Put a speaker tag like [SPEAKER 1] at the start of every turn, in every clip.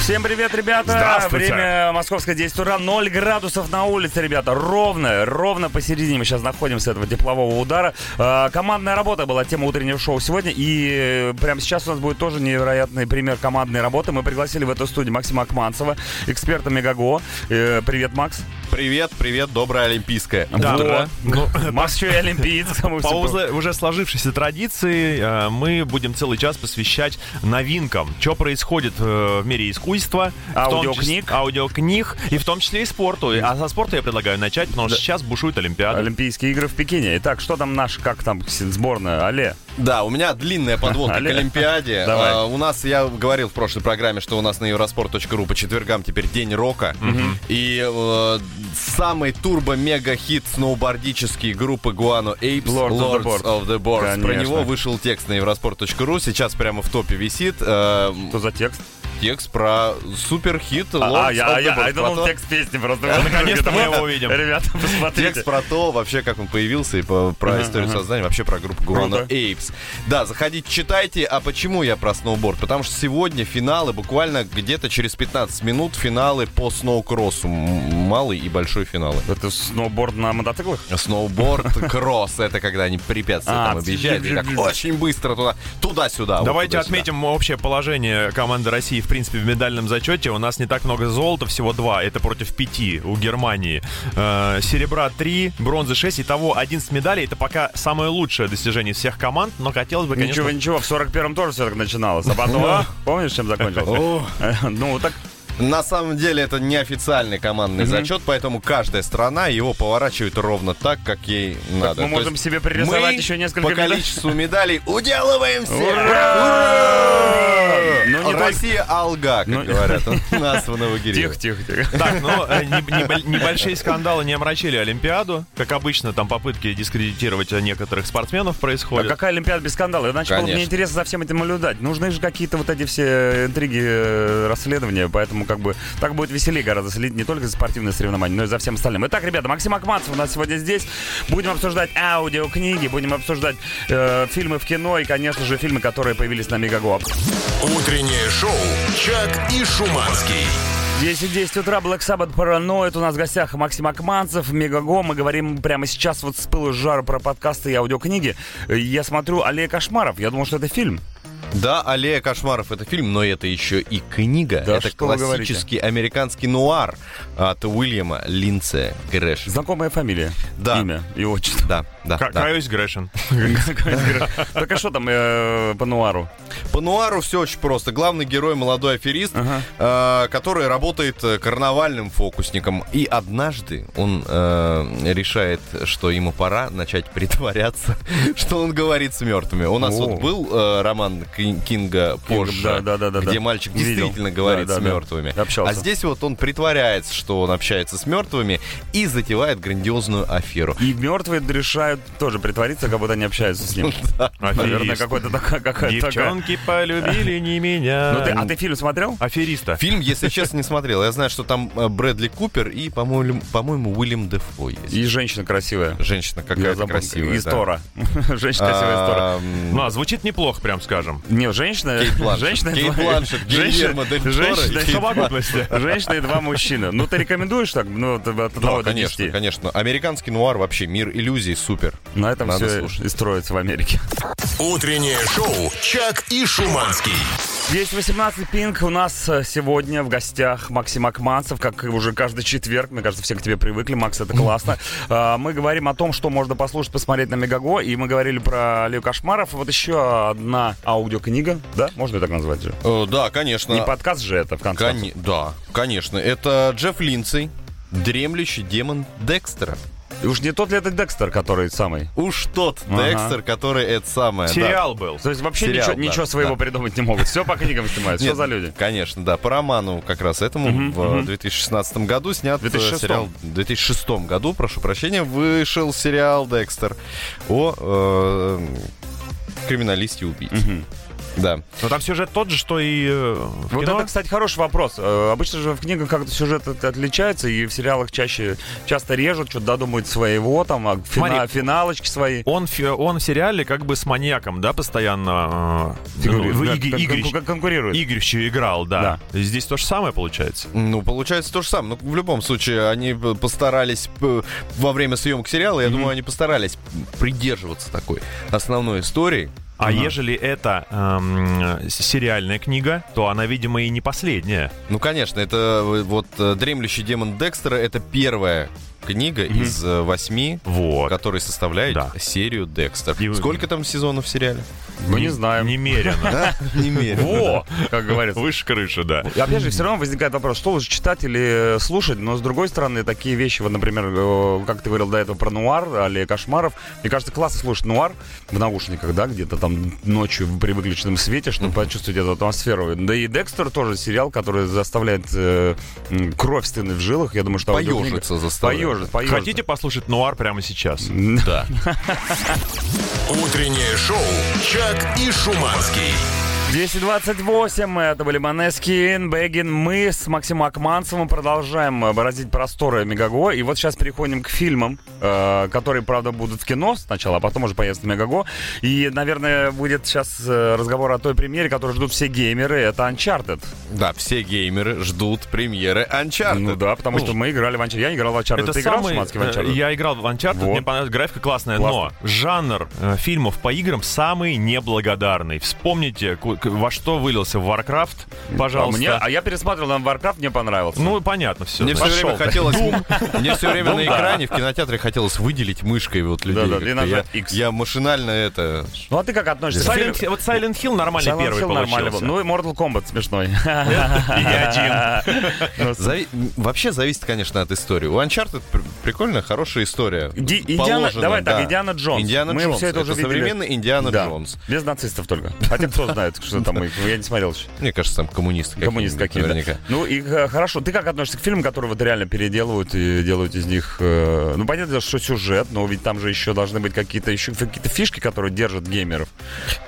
[SPEAKER 1] Всем привет, ребята!
[SPEAKER 2] Здравствуйте.
[SPEAKER 1] Время московское 10 утра, 0 градусов на улице, ребята. Ровно, ровно посередине мы сейчас находимся этого теплового удара. Э, Командная работа была тема утреннего шоу сегодня. И э, прямо сейчас у нас будет тоже невероятный пример командной работы. Мы пригласили в эту студию Максима Акманцева, эксперта Мегаго. Э, Привет, Макс.
[SPEAKER 3] Привет, привет, добрая олимпийская.
[SPEAKER 1] Вот.
[SPEAKER 2] Да. Ну,
[SPEAKER 1] Макс еще и олимпиец. Мы
[SPEAKER 2] По
[SPEAKER 1] всё-
[SPEAKER 2] уже, уже сложившейся традиции э, мы будем целый час посвящать новинкам, что происходит э, в мире искусства, в том
[SPEAKER 1] Аудиокниг.
[SPEAKER 2] числе- аудиокниг и в том числе и спорту. И- А со спорта я предлагаю начать, потому что сейчас бушует Олимпиада.
[SPEAKER 1] Олимпийские игры в Пекине. Итак, что там наш, как там сборная? Алле.
[SPEAKER 3] Да, у меня длинная подводка к
[SPEAKER 1] Олег,
[SPEAKER 3] Олимпиаде.
[SPEAKER 1] давай.
[SPEAKER 3] А, У нас, я говорил в прошлой программе, что у нас на eurosport.ru по четвергам теперь день рока. И э, самый турбо-мега-хит сноубордический группы Guano Apes
[SPEAKER 1] Lord of the
[SPEAKER 3] Lords
[SPEAKER 1] Board.
[SPEAKER 3] of the Board. Про
[SPEAKER 1] Конечно.
[SPEAKER 3] него вышел текст на eurosport.ru, сейчас прямо в топе висит. э,
[SPEAKER 1] Что за текст?
[SPEAKER 3] текст про суперхит Lords
[SPEAKER 1] А, а, я,
[SPEAKER 3] of the
[SPEAKER 1] я,
[SPEAKER 3] Board.
[SPEAKER 1] а я
[SPEAKER 3] Про
[SPEAKER 1] думал
[SPEAKER 3] то-
[SPEAKER 1] текст песни просто.
[SPEAKER 2] Наконец-то мы его увидим.
[SPEAKER 1] Ребята, посмотрите.
[SPEAKER 3] Текст про то, вообще, как он появился, и по- про
[SPEAKER 1] Ага,
[SPEAKER 3] историю
[SPEAKER 1] ага.
[SPEAKER 3] создания, вообще про группу
[SPEAKER 1] Круто.
[SPEAKER 3] Guano Apes. Да, заходите, читайте. А почему я про сноуборд? Потому что сегодня финалы, буквально где-то через 15 минут финалы по сноукроссу. М- Малый и большой финалы.
[SPEAKER 1] Это сноуборд на мотоциклах?
[SPEAKER 3] Сноуборд кросс это когда они препятствия
[SPEAKER 1] А,
[SPEAKER 3] там объезжают и так
[SPEAKER 1] бзик-бзик-бзик.
[SPEAKER 3] очень быстро туда, туда-сюда. вот
[SPEAKER 2] Давайте
[SPEAKER 3] туда-сюда.
[SPEAKER 2] отметим общее положение команды России, в принципе, в медальном зачете. У нас не так много золота, всего два. Это против пяти у Германии. Э, серебра три, бронзы шесть. Итого 11 медалей. Это пока самое лучшее достижение всех команд. Но хотелось бы, конечно...
[SPEAKER 1] Ничего, ничего, в 41-м тоже все так начиналось. А потом, а, помнишь, чем закончилось? Э, Ну, так
[SPEAKER 3] На самом деле это неофициальный командный зачет, поэтому каждая страна его поворачивает ровно так, как ей надо.
[SPEAKER 1] мы
[SPEAKER 3] То
[SPEAKER 1] можем
[SPEAKER 3] есть
[SPEAKER 1] себе пририсовать
[SPEAKER 3] мы
[SPEAKER 1] еще несколько
[SPEAKER 3] по
[SPEAKER 1] медалей.
[SPEAKER 3] количеству медалей уделываем всех!
[SPEAKER 1] Ура! Ну, не только-
[SPEAKER 3] Россия алга, как
[SPEAKER 1] Ну,
[SPEAKER 3] говорят у нас в Новогире.
[SPEAKER 1] Тихо, тихо, тихо.
[SPEAKER 2] Так, ну, э, не- не- небольшие скандалы не омрачили Олимпиаду. Как обычно, там попытки дискредитировать э, некоторых спортсменов
[SPEAKER 1] А
[SPEAKER 2] происходят.
[SPEAKER 1] какая Олимпиада без скандала? Иначе было бы
[SPEAKER 3] Конечно.
[SPEAKER 1] неинтересно за всем этим наблюдать. Нужны же какие-то вот эти все интриги, э, расследования, поэтому как бы так будет веселее гораздо следить не только за спортивные соревнования, но и за всем остальным. Итак, ребята, Максим Акманцев у нас сегодня здесь. Будем обсуждать аудиокниги, будем обсуждать э, фильмы в кино и, конечно же, фильмы, которые появились на Мегаго.
[SPEAKER 4] Утреннее шоу «Чак и Шуманский».
[SPEAKER 1] 10.10 утра, Black Sabbath Paranoid. У нас в гостях Максим Акманцев, Мегаго. Мы говорим прямо сейчас вот с пылу с жару про подкасты и аудиокниги. Э, Я смотрю «Аллея кошмаров». Я думал, что это фильм.
[SPEAKER 3] Да, «Аллея кошмаров» — это фильм, но это еще и книга.
[SPEAKER 1] Да
[SPEAKER 3] это
[SPEAKER 1] что вы говорите.
[SPEAKER 3] классический американский нуар от Уильяма Линдсе Грэш.
[SPEAKER 1] Знакомая фамилия.
[SPEAKER 3] Да.
[SPEAKER 1] Имя и отчество.
[SPEAKER 3] Да, да,
[SPEAKER 2] Как
[SPEAKER 3] да.
[SPEAKER 2] Краюсь Грешин.
[SPEAKER 1] Так а что там э, по нуару?
[SPEAKER 3] По нуару все очень просто. Главный герой молодой аферист,
[SPEAKER 1] Ага.
[SPEAKER 3] э, который работает э, карнавальным фокусником. И однажды он э, решает, что ему пора начать притворяться, что он говорит с мертвыми. У нас
[SPEAKER 1] О.
[SPEAKER 3] вот был э, роман Кин- Кинга позже,
[SPEAKER 1] да, да, да, да.
[SPEAKER 3] где мальчик
[SPEAKER 1] Видел.
[SPEAKER 3] действительно говорит
[SPEAKER 1] Да, да,
[SPEAKER 3] с
[SPEAKER 1] да.
[SPEAKER 3] мертвыми.
[SPEAKER 1] Общался.
[SPEAKER 3] А здесь вот он притворяется, что он общается с мертвыми и затевает грандиозную аферу.
[SPEAKER 1] И мертвые решают тоже притвориться, как будто они общаются с ним. Наверное,
[SPEAKER 2] Аферист.
[SPEAKER 1] какой-то такая какая-то такая.
[SPEAKER 2] Девчонки полюбили не меня.
[SPEAKER 1] Ну ты, а ты фильм смотрел?
[SPEAKER 2] Афериста.
[SPEAKER 3] Фильм, если честно, не смотрел. Я знаю, что там э, Брэдли Купер и, по-моему, по-моему, Уильям Дефо есть.
[SPEAKER 1] И женщина красивая.
[SPEAKER 3] Женщина
[SPEAKER 1] Я
[SPEAKER 3] какая-то
[SPEAKER 1] забыл.
[SPEAKER 3] красивая.
[SPEAKER 1] Из
[SPEAKER 3] да.
[SPEAKER 1] Тора. Женщина красивая из Тора.
[SPEAKER 3] А, м,
[SPEAKER 2] Ну, а звучит неплохо, прям скажем.
[SPEAKER 1] Не, женщина...
[SPEAKER 3] Кейт Бланшетт.
[SPEAKER 1] Женщина...
[SPEAKER 3] Кейт Бланшетт, Гильермо Дель Торо и
[SPEAKER 1] женщина-
[SPEAKER 3] Кейт
[SPEAKER 2] Совокупности.
[SPEAKER 1] Женщина и два мужчины. Ну, ты рекомендуешь так? Ну, от от
[SPEAKER 3] да,
[SPEAKER 1] одного до
[SPEAKER 3] конечно,
[SPEAKER 1] десяти.
[SPEAKER 3] конечно. Американский нуар вообще мир иллюзий супер.
[SPEAKER 1] На этом
[SPEAKER 3] Надо
[SPEAKER 1] все
[SPEAKER 3] слушать.
[SPEAKER 1] и строится в Америке.
[SPEAKER 4] Утреннее шоу «Чак и Шуманский».
[SPEAKER 1] 10.18 пинг. У нас э, сегодня в гостях Максим Акманцев, как и уже каждый четверг. Мне кажется, все к тебе привыкли. Макс, это классно. А, Мы говорим о том, что можно послушать, посмотреть на Мегаго. И мы говорили про Аллею Кошмаров. И Вот еще одна аудиокнига, да? Можно ее так назвать же?
[SPEAKER 3] Э, да, конечно.
[SPEAKER 1] Не подкаст же это, в конце концов.
[SPEAKER 3] Коне- Да, конечно. Это Джефф Линдси, дремлющий демон Декстера.
[SPEAKER 1] И Уж не тот ли это Декстер, который самый?
[SPEAKER 3] Уж тот
[SPEAKER 1] Ага.
[SPEAKER 3] Декстер, который это самое. да.
[SPEAKER 2] Сериал был.
[SPEAKER 1] То есть вообще
[SPEAKER 3] Сериал,
[SPEAKER 1] ничего,
[SPEAKER 3] да,
[SPEAKER 1] ничего своего
[SPEAKER 3] да.
[SPEAKER 1] придумать не могут. Все по книгам снимают. Что
[SPEAKER 3] Нет,
[SPEAKER 1] за люди?
[SPEAKER 3] Конечно, да. По роману как раз этому в э, 2016 году снят э,
[SPEAKER 1] 2006.
[SPEAKER 3] сериал. В 2006 году, прошу прощения, вышел сериал «Декстер» о э, криминалисте убийце. Да.
[SPEAKER 2] Но Ну, там сюжет тот же, что и э, в
[SPEAKER 1] Вот
[SPEAKER 2] кино.
[SPEAKER 1] это, кстати, хороший вопрос. Э, Обычно же в книгах как-то сюжет от- отличается, и в сериалах чаще часто режут, что-то додумают своего, там, а фина-
[SPEAKER 2] Смотри.
[SPEAKER 1] финалочки свои.
[SPEAKER 2] Он, фи- он в сериале как бы с маньяком, да, постоянно э,
[SPEAKER 1] Фигури-
[SPEAKER 2] ну,
[SPEAKER 1] да,
[SPEAKER 2] Игорь-
[SPEAKER 1] кон-
[SPEAKER 2] Игорь-
[SPEAKER 1] кон- кон- конкурируют.
[SPEAKER 2] Игоревичу играл, да. Здесь то же самое получается.
[SPEAKER 3] Ну, получается то же самое. Ну, в любом случае, они п- постарались п- во время съемок сериала, я думаю, они постарались придерживаться такой основной истории.
[SPEAKER 2] А ежели это эм, с- сериальная книга, то она, видимо, и не последняя.
[SPEAKER 3] Ну, конечно, это э, вот э, «Дремлющий демон Декстера» — это первая книга из э, восьми,
[SPEAKER 2] Вот.
[SPEAKER 3] которые составляют
[SPEAKER 2] Да.
[SPEAKER 3] серию «Декстер».
[SPEAKER 2] И вы-
[SPEAKER 3] Сколько там сезонов в сериале?
[SPEAKER 1] Мы Ну, не знаем.
[SPEAKER 2] Немерено.
[SPEAKER 3] Немерено.
[SPEAKER 1] Во, как говорится.
[SPEAKER 2] Выше крыши, да.
[SPEAKER 1] И опять же, все равно возникает вопрос, что лучше читать или э, слушать, но с другой стороны, такие вещи, вот, например, э, как ты говорил до этого про нуар, али кошмаров, мне кажется, классно слушать нуар в наушниках, да, где-то там ночью при выключенном свете, чтобы почувствовать эту атмосферу. Да и Декстер тоже сериал, который заставляет э, м, кровь стыны в жилах, я думаю, что... аудиокнига-
[SPEAKER 3] Поежиться заставляет.
[SPEAKER 1] Поежит, поежит.
[SPEAKER 2] Хотите послушать нуар прямо сейчас?
[SPEAKER 1] Да.
[SPEAKER 4] Утреннее шоу «Чак и Шуманский».
[SPEAKER 1] 10.28, это были Манески, Бэггин. Мы с Максимом Акманцевым продолжаем э, бороздить просторы Мегаго. И вот сейчас переходим к фильмам, э, которые, правда, будут в кино сначала, а потом уже появится Мегаго. И, наверное, будет сейчас э, разговор о той премьере, которую ждут все геймеры. Это Uncharted.
[SPEAKER 3] Да, все геймеры ждут премьеры Uncharted.
[SPEAKER 1] Ну да, потому что мы играли в Uncharted. Я не играл в Uncharted.
[SPEAKER 2] Это
[SPEAKER 1] Ты играл
[SPEAKER 2] самый...
[SPEAKER 1] в Шуманский в
[SPEAKER 2] э,
[SPEAKER 1] Uncharted?
[SPEAKER 2] Я играл в Uncharted,
[SPEAKER 1] Вот.
[SPEAKER 2] мне понравилась графика классная,
[SPEAKER 1] Классно.
[SPEAKER 2] но жанр э, фильмов по играм самый неблагодарный. Вспомните, ку- к- во что вылился Warcraft,
[SPEAKER 1] а,
[SPEAKER 2] пожалуйста.
[SPEAKER 1] мне, а я пересматривал там Warcraft, мне понравился.
[SPEAKER 2] Ну, понятно все.
[SPEAKER 3] Мне все время хотелось... Мне все время на
[SPEAKER 2] да.
[SPEAKER 3] экране в кинотеатре хотелось выделить мышкой вот людей.
[SPEAKER 1] Ну Да-да, и
[SPEAKER 3] Как-то я-
[SPEAKER 1] нажать X.
[SPEAKER 3] Я машинально это...
[SPEAKER 1] ну а ты как относишься к фильму?
[SPEAKER 2] Silent, вот Silent Hill нормальный
[SPEAKER 1] Silent
[SPEAKER 2] первый
[SPEAKER 1] Hill нормально был.
[SPEAKER 2] получился.
[SPEAKER 1] Ну и Mortal Kombat смешной.
[SPEAKER 2] Я
[SPEAKER 1] Ну,
[SPEAKER 3] Зави- м, Вообще зависит, конечно, от истории. У Uncharted пр- прикольная, хорошая история.
[SPEAKER 1] Ди- Индиана-
[SPEAKER 3] Положена,
[SPEAKER 1] давай так,
[SPEAKER 3] да.
[SPEAKER 1] Индиана Джонс.
[SPEAKER 3] Индиана
[SPEAKER 1] Мы
[SPEAKER 3] Джонс.
[SPEAKER 1] всё это уже видели.
[SPEAKER 3] современный Индиана
[SPEAKER 1] Да.
[SPEAKER 3] Джонс.
[SPEAKER 1] Без нацистов только. Хотя кто знает, что там их. Я не смотрел еще.
[SPEAKER 3] Мне кажется, там коммунисты
[SPEAKER 1] Коммунисты
[SPEAKER 3] какие-нибудь
[SPEAKER 1] какие-то.
[SPEAKER 3] Наверняка.
[SPEAKER 1] Ну и э, хорошо. Ты как относишься к фильмам, которые вот реально переделывают и делают из них... э, Ну, понятно, что сюжет, но ведь там же еще должны быть какие-то еще какие-то фишки, которые держат геймеров.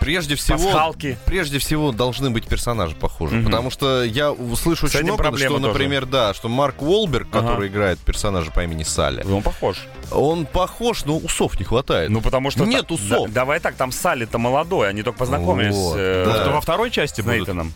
[SPEAKER 3] Прежде всего,
[SPEAKER 1] Пасхалки.
[SPEAKER 3] прежде всего должны быть персонажи похожи, потому что я услышу
[SPEAKER 1] С
[SPEAKER 3] очень
[SPEAKER 1] этим
[SPEAKER 3] много,
[SPEAKER 1] проблема
[SPEAKER 3] что,
[SPEAKER 1] тоже.
[SPEAKER 3] например, да, что Марк Уолберг,
[SPEAKER 1] Ага.
[SPEAKER 3] который играет персонажа по имени Салли,
[SPEAKER 1] Он похож.
[SPEAKER 3] он похож, но усов не хватает.
[SPEAKER 1] Ну, потому что...
[SPEAKER 3] Э, нет
[SPEAKER 1] та-
[SPEAKER 3] усов.
[SPEAKER 1] да- Давай так, там Салли-то молодой, они только познакомились
[SPEAKER 3] Вот,
[SPEAKER 1] э,
[SPEAKER 3] да.
[SPEAKER 1] с
[SPEAKER 2] Во второй части будут.
[SPEAKER 1] Нейтаном.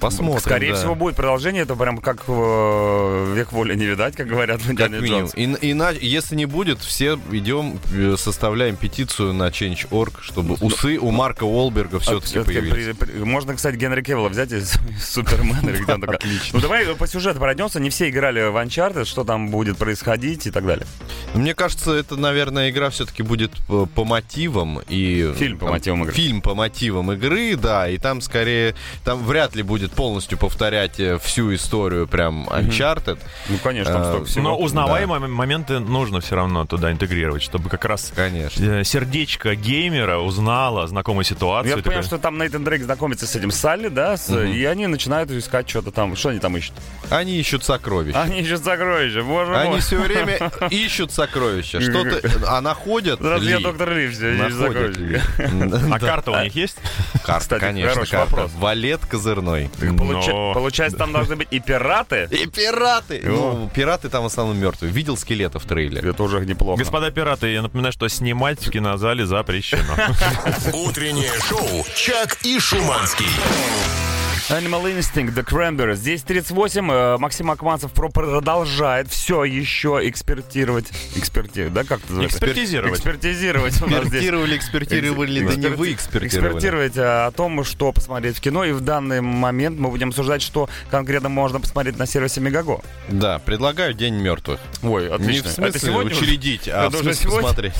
[SPEAKER 3] Посмотрим.
[SPEAKER 1] Скорее
[SPEAKER 3] да.
[SPEAKER 1] всего, будет продолжение. Это прям как э, век воли не видать, как говорят в
[SPEAKER 3] Как
[SPEAKER 1] Индиане
[SPEAKER 3] минимум.
[SPEAKER 1] Джонс.
[SPEAKER 3] И- ина- если не будет, все идем, э, составляем петицию на Change.org, чтобы усы у Марка Уолберга
[SPEAKER 1] Ну,
[SPEAKER 3] все-таки
[SPEAKER 1] Всё-таки
[SPEAKER 3] появились.
[SPEAKER 1] при- при- можно, кстати, Генри Кевилла взять из Супермена или где он такой. Ну давай по сюжету пройдемся. Не все играли в Uncharted, что там будет происходить и так далее.
[SPEAKER 3] Мне кажется, это, наверное, игра все-таки будет по, по мотивам и
[SPEAKER 1] Фильм по
[SPEAKER 3] там,
[SPEAKER 1] мотивам игры.
[SPEAKER 3] Фильм по мотивам игры, да, и там скорее там вряд ли будет полностью повторять э, всю историю прям Uncharted.
[SPEAKER 1] Ну, конечно, там
[SPEAKER 3] Э,
[SPEAKER 1] столько
[SPEAKER 2] Но
[SPEAKER 1] всего.
[SPEAKER 2] узнаваемые моменты нужно все равно туда интегрировать, чтобы как раз
[SPEAKER 3] Конечно.
[SPEAKER 2] э, сердечко геймера узнало знакомую
[SPEAKER 1] Ну,
[SPEAKER 2] ситуацию.
[SPEAKER 1] Я
[SPEAKER 2] и
[SPEAKER 1] понял,
[SPEAKER 2] такое,
[SPEAKER 1] что там Нейтан Дрейк знакомится с этим Салли, да, с- и они начинают искать что-то там. Что они там ищут?
[SPEAKER 3] Они ищут сокровища.
[SPEAKER 1] Они ищут сокровища, боже
[SPEAKER 3] Они
[SPEAKER 1] мой.
[SPEAKER 3] все время ищут сокровища. Что-то, а находят
[SPEAKER 1] Здравствуйте,
[SPEAKER 3] ли?
[SPEAKER 1] я доктор Ли, все, ищут
[SPEAKER 3] Находят
[SPEAKER 1] сокровища.
[SPEAKER 3] ли? М,
[SPEAKER 2] А
[SPEAKER 3] да.
[SPEAKER 2] карта у них есть?
[SPEAKER 3] Карта,
[SPEAKER 1] Кстати,
[SPEAKER 3] конечно,
[SPEAKER 1] хороший
[SPEAKER 3] карта.
[SPEAKER 1] вопрос.
[SPEAKER 3] Валет козырной.
[SPEAKER 1] Получа-
[SPEAKER 2] Но-
[SPEAKER 1] Получается, там должны быть и пираты.
[SPEAKER 3] И пираты! Ну, пираты там в основном мертвые. Видел скелета в трейлере.
[SPEAKER 1] Это уже неплохо.
[SPEAKER 2] Господа пираты, я напоминаю, что снимать в кинозале запрещено.
[SPEAKER 4] Утреннее шоу «Чак и Шуманский».
[SPEAKER 1] Animal Instinct, The Cranberries. Здесь 38. э, Максим Акманцев про- продолжает все еще экспертировать. Эксперти, да, как это называется?
[SPEAKER 2] Экспертизировать.
[SPEAKER 1] Экспертизировать у нас здесь.
[SPEAKER 3] Экспертировали, экспертировали, да не вы экспертировали.
[SPEAKER 1] Экспертировать э, о том, что посмотреть в кино. И в данный момент мы будем обсуждать, что конкретно можно посмотреть на сервисе Мегаго.
[SPEAKER 3] Да, предлагаю День мертвых.
[SPEAKER 1] Ой,
[SPEAKER 3] Не
[SPEAKER 1] отлично.
[SPEAKER 3] в смысле учредить, а в
[SPEAKER 1] Это уже
[SPEAKER 3] смысле
[SPEAKER 1] сегодня?
[SPEAKER 3] смотреть.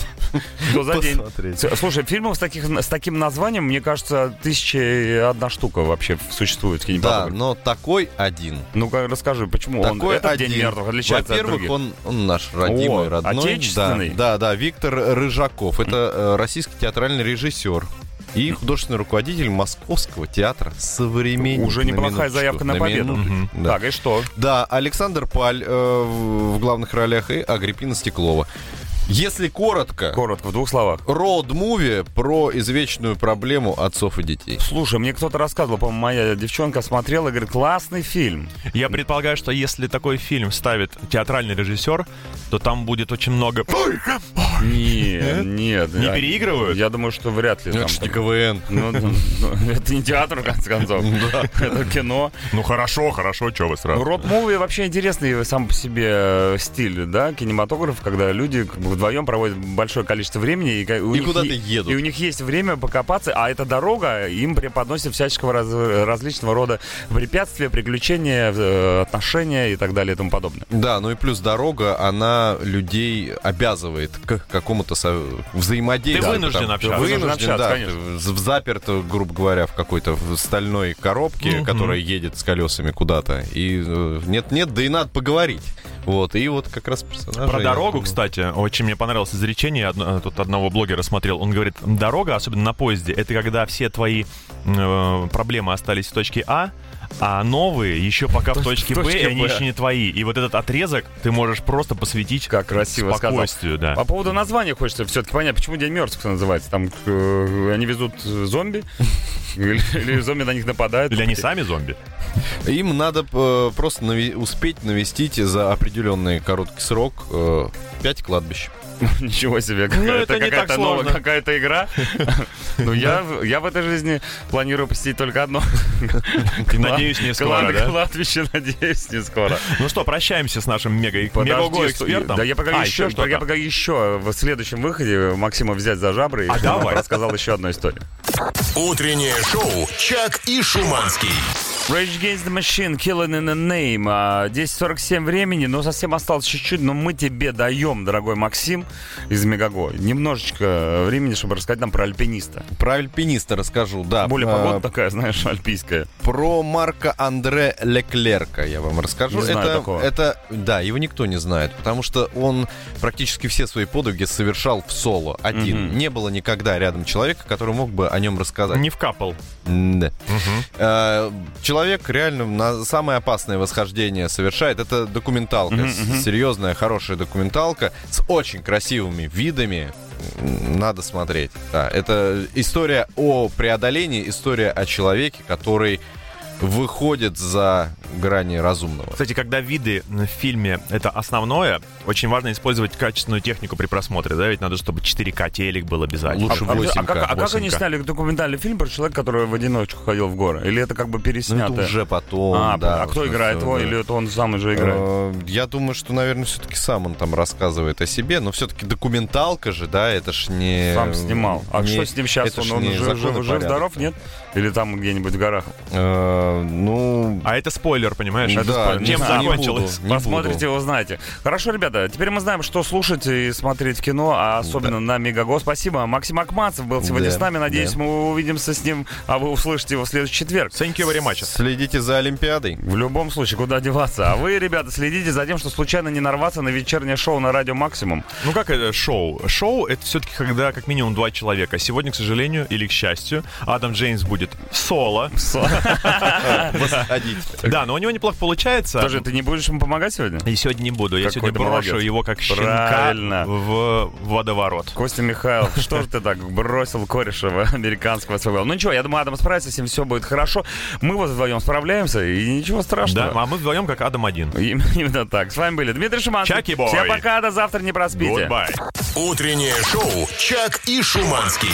[SPEAKER 1] Что за день?
[SPEAKER 3] Посмотреть.
[SPEAKER 1] С- Слушай, фильмов с, таких, с таким названием, мне кажется, тысяча и одна штука вообще существует. какие-нибудь
[SPEAKER 3] Да,
[SPEAKER 1] подобные.
[SPEAKER 3] но такой один.
[SPEAKER 1] Ну-ка, расскажи, почему он
[SPEAKER 3] Такой
[SPEAKER 1] этот
[SPEAKER 3] один.
[SPEAKER 1] День мертвых отличается от
[SPEAKER 3] Во-первых,
[SPEAKER 1] других?
[SPEAKER 3] он, он наш родимый,
[SPEAKER 1] О,
[SPEAKER 3] родной.
[SPEAKER 1] отечественный.
[SPEAKER 3] Да, да, да, Виктор Рыжаков. Это э, российский театральный режиссер и художественный руководитель Московского театра современника.
[SPEAKER 1] Уже неплохая заявка на победу.
[SPEAKER 3] да.
[SPEAKER 1] Так, и что?
[SPEAKER 3] Да, Александр Паль э, в в главных ролях и Агриппина Стеклова. Если коротко,
[SPEAKER 1] Коротко, в двух словах.
[SPEAKER 3] роуд-муви про извечную проблему отцов и детей.
[SPEAKER 1] Слушай, мне кто-то рассказывал, по-моему, моя девчонка смотрела и говорит, классный фильм.
[SPEAKER 2] Я предполагаю, что если такой фильм ставит театральный режиссер, то там будет очень много...
[SPEAKER 1] Нет, нет.
[SPEAKER 2] Не
[SPEAKER 1] я-
[SPEAKER 2] переигрывают?
[SPEAKER 1] Я думаю, что вряд ли.
[SPEAKER 3] Э? Ну,
[SPEAKER 1] там
[SPEAKER 3] это ж не
[SPEAKER 1] так-
[SPEAKER 3] КВН.
[SPEAKER 1] Ну, ну, ну, это не театр, в конце концов. Это кино.
[SPEAKER 2] Ну хорошо, хорошо, чего вы сразу?
[SPEAKER 1] Род муви Ну, вообще интересный сам по себе э, стиль, да, кинематограф, когда люди как бы вдвоем проводят большое количество времени. И, ка- у
[SPEAKER 3] И
[SPEAKER 1] них
[SPEAKER 3] куда-то
[SPEAKER 1] е-
[SPEAKER 3] едут.
[SPEAKER 1] И у них есть время покопаться, а эта дорога им преподносит всяческого раз- различного рода препятствия, приключения, э, отношения и так далее и тому подобное.
[SPEAKER 3] Да, ну и плюс дорога, она людей обязывает к какому-то со- взаимодействию.
[SPEAKER 2] Ты вынужден
[SPEAKER 3] Там,
[SPEAKER 2] общаться.
[SPEAKER 3] Вынужден,
[SPEAKER 1] Вынужден общаться,
[SPEAKER 3] да.
[SPEAKER 1] конечно.
[SPEAKER 3] Ты в- Заперт, грубо говоря, в какой-то в стальной коробке, которая едет с колесами куда-то. И э, нет-нет, да и надо поговорить. Вот, и вот как раз персонажи...
[SPEAKER 2] Про дорогу, кстати, очень мне понравилось изречение. Одно- Тут одного блогера смотрел. Он говорит, дорога, особенно на поезде, это когда все твои э, проблемы остались в точке А, а новые еще пока в точке Б, и
[SPEAKER 1] точке
[SPEAKER 2] они
[SPEAKER 1] Б.
[SPEAKER 2] еще не твои. И вот этот отрезок ты можешь просто посвятить
[SPEAKER 1] Как красиво сказал.
[SPEAKER 2] спокойствию, да.
[SPEAKER 1] По поводу названия хочется все-таки понять, почему День мертвых называется. Там э, они везут э, зомби, или, или зомби на них нападают.
[SPEAKER 2] Или они сами зомби?
[SPEAKER 3] Им надо э, просто нави- успеть навестить за определенный короткий срок э, пять кладбищ.
[SPEAKER 1] Ничего себе, какая-то,
[SPEAKER 2] это не так
[SPEAKER 1] какая-то новая
[SPEAKER 2] сложно.
[SPEAKER 1] какая-то игра. Ну, я, в- я в этой жизни планирую посетить только одно.
[SPEAKER 2] И, надеюсь, не
[SPEAKER 1] Клад-
[SPEAKER 2] скоро, да?
[SPEAKER 1] Кладбище, надеюсь, не скоро.
[SPEAKER 2] Ну что, прощаемся с нашим мега
[SPEAKER 1] Подожди, что-
[SPEAKER 2] экспертом.
[SPEAKER 1] Да я пока
[SPEAKER 2] А,
[SPEAKER 1] еще, что- я
[SPEAKER 2] что-то.
[SPEAKER 1] пока еще в следующем выходе Максима взять за жабры.
[SPEAKER 2] А
[SPEAKER 1] и
[SPEAKER 2] давай.
[SPEAKER 1] Рассказал еще одну историю.
[SPEAKER 4] Утреннее шоу «Чак и Шуманский».
[SPEAKER 1] Rage Against the Machine, Killing in the Name. А, 10.47 времени, но совсем осталось чуть-чуть, но мы тебе даем, дорогой Максим из Мегаго, немножечко времени, чтобы рассказать нам про альпиниста.
[SPEAKER 3] Про альпиниста расскажу, да.
[SPEAKER 1] Более
[SPEAKER 3] Э,
[SPEAKER 1] погода такая, знаешь, альпийская.
[SPEAKER 3] Про Марка Андре Леклерка я вам расскажу.
[SPEAKER 1] Не знаю
[SPEAKER 3] это,
[SPEAKER 1] такого.
[SPEAKER 3] это, да, его никто не знает, потому что он практически все свои подвиги совершал в соло, один.
[SPEAKER 1] Мгм.
[SPEAKER 3] Не было никогда рядом человека, который мог бы о нем рассказать.
[SPEAKER 2] Не вкапал.
[SPEAKER 3] М-да. Э, Человек реально на самое опасное восхождение совершает. Это документалка,
[SPEAKER 1] Мгм,
[SPEAKER 3] с-
[SPEAKER 1] мгм.
[SPEAKER 3] серьезная, хорошая документалка с очень красивыми видами. М, Надо смотреть. Да, это история о преодолении, история о человеке, который выходит за грани разумного.
[SPEAKER 2] Кстати, когда виды в фильме — это основное, очень важно использовать качественную технику при просмотре, да? Ведь надо, чтобы 4К телек был обязательно.
[SPEAKER 3] Лучше
[SPEAKER 1] А, а
[SPEAKER 3] восемь
[SPEAKER 1] как, а как они
[SPEAKER 2] 8К.
[SPEAKER 1] сняли документальный фильм про человека, который в одиночку ходил в горы? Или это как бы
[SPEAKER 3] Ну, это
[SPEAKER 1] переснято?
[SPEAKER 3] уже потом.
[SPEAKER 1] а,
[SPEAKER 3] да,
[SPEAKER 1] а кто
[SPEAKER 3] уже
[SPEAKER 1] играет
[SPEAKER 3] всё,
[SPEAKER 1] его?
[SPEAKER 3] да.
[SPEAKER 1] Или это он сам уже играет?
[SPEAKER 3] Э, Я думаю, что, наверное, все-таки сам он там рассказывает о себе, но все-таки документалка же, да, это ж не...
[SPEAKER 1] Сам снимал. А
[SPEAKER 3] Э, не-
[SPEAKER 1] что с ним сейчас?
[SPEAKER 3] это
[SPEAKER 1] Он,
[SPEAKER 3] ж
[SPEAKER 1] он
[SPEAKER 3] не
[SPEAKER 1] жив,
[SPEAKER 3] закон
[SPEAKER 1] жив-
[SPEAKER 3] и
[SPEAKER 1] жив,
[SPEAKER 3] порядок.
[SPEAKER 1] здоров, нет? Или там где-нибудь в горах?
[SPEAKER 3] Э, ну...
[SPEAKER 2] А это спойлер, понимаешь?
[SPEAKER 3] да,
[SPEAKER 2] Это спойлер.
[SPEAKER 3] не
[SPEAKER 2] Чем
[SPEAKER 3] знаю, не
[SPEAKER 2] закончилось?
[SPEAKER 3] буду, не
[SPEAKER 1] Посмотрите, узнаете. Хорошо, ребята, теперь мы знаем, что слушать и смотреть кино, а особенно на Мегаго. Спасибо. Максим Акмацев был сегодня
[SPEAKER 3] Да,
[SPEAKER 1] с нами. Надеюсь,
[SPEAKER 3] да.
[SPEAKER 1] мы увидимся с ним, а вы услышите его в следующий четверг.
[SPEAKER 2] Thank you very much.
[SPEAKER 3] Следите за Олимпиадой.
[SPEAKER 1] В любом случае, куда деваться. А вы, ребята, следите за тем, что случайно не нарваться на вечернее шоу на радио «Максимум».
[SPEAKER 2] Ну как это шоу? Шоу — это все-таки когда как минимум два человека. Сегодня, к сожалению, или к счастью, Адам Джеймс будет соло.
[SPEAKER 3] Восходите.
[SPEAKER 2] Да, но у него неплохо получается.
[SPEAKER 1] Даже ты не будешь ему помогать сегодня?
[SPEAKER 2] И сегодня не буду. Я
[SPEAKER 1] Какой
[SPEAKER 2] сегодня
[SPEAKER 1] ты
[SPEAKER 2] брошу
[SPEAKER 1] молодец.
[SPEAKER 2] его как щенка
[SPEAKER 1] Правильно.
[SPEAKER 2] в водоворот.
[SPEAKER 1] Костя Михайлов, что же ты так бросил кореша американского своего? Ну ничего, я думаю, Адам справится, с ним все будет хорошо. Мы вот вдвоем справляемся, и ничего
[SPEAKER 2] Да,
[SPEAKER 1] страшного.
[SPEAKER 2] а мы вдвоем как Адам один.
[SPEAKER 1] Им- Именно так. С вами были Дмитрий Шуманский.
[SPEAKER 2] Чаки бой.
[SPEAKER 1] Всем пока, до завтра, не проспите.
[SPEAKER 2] Goodbye.
[SPEAKER 4] Утреннее шоу «Чак и Шуманский».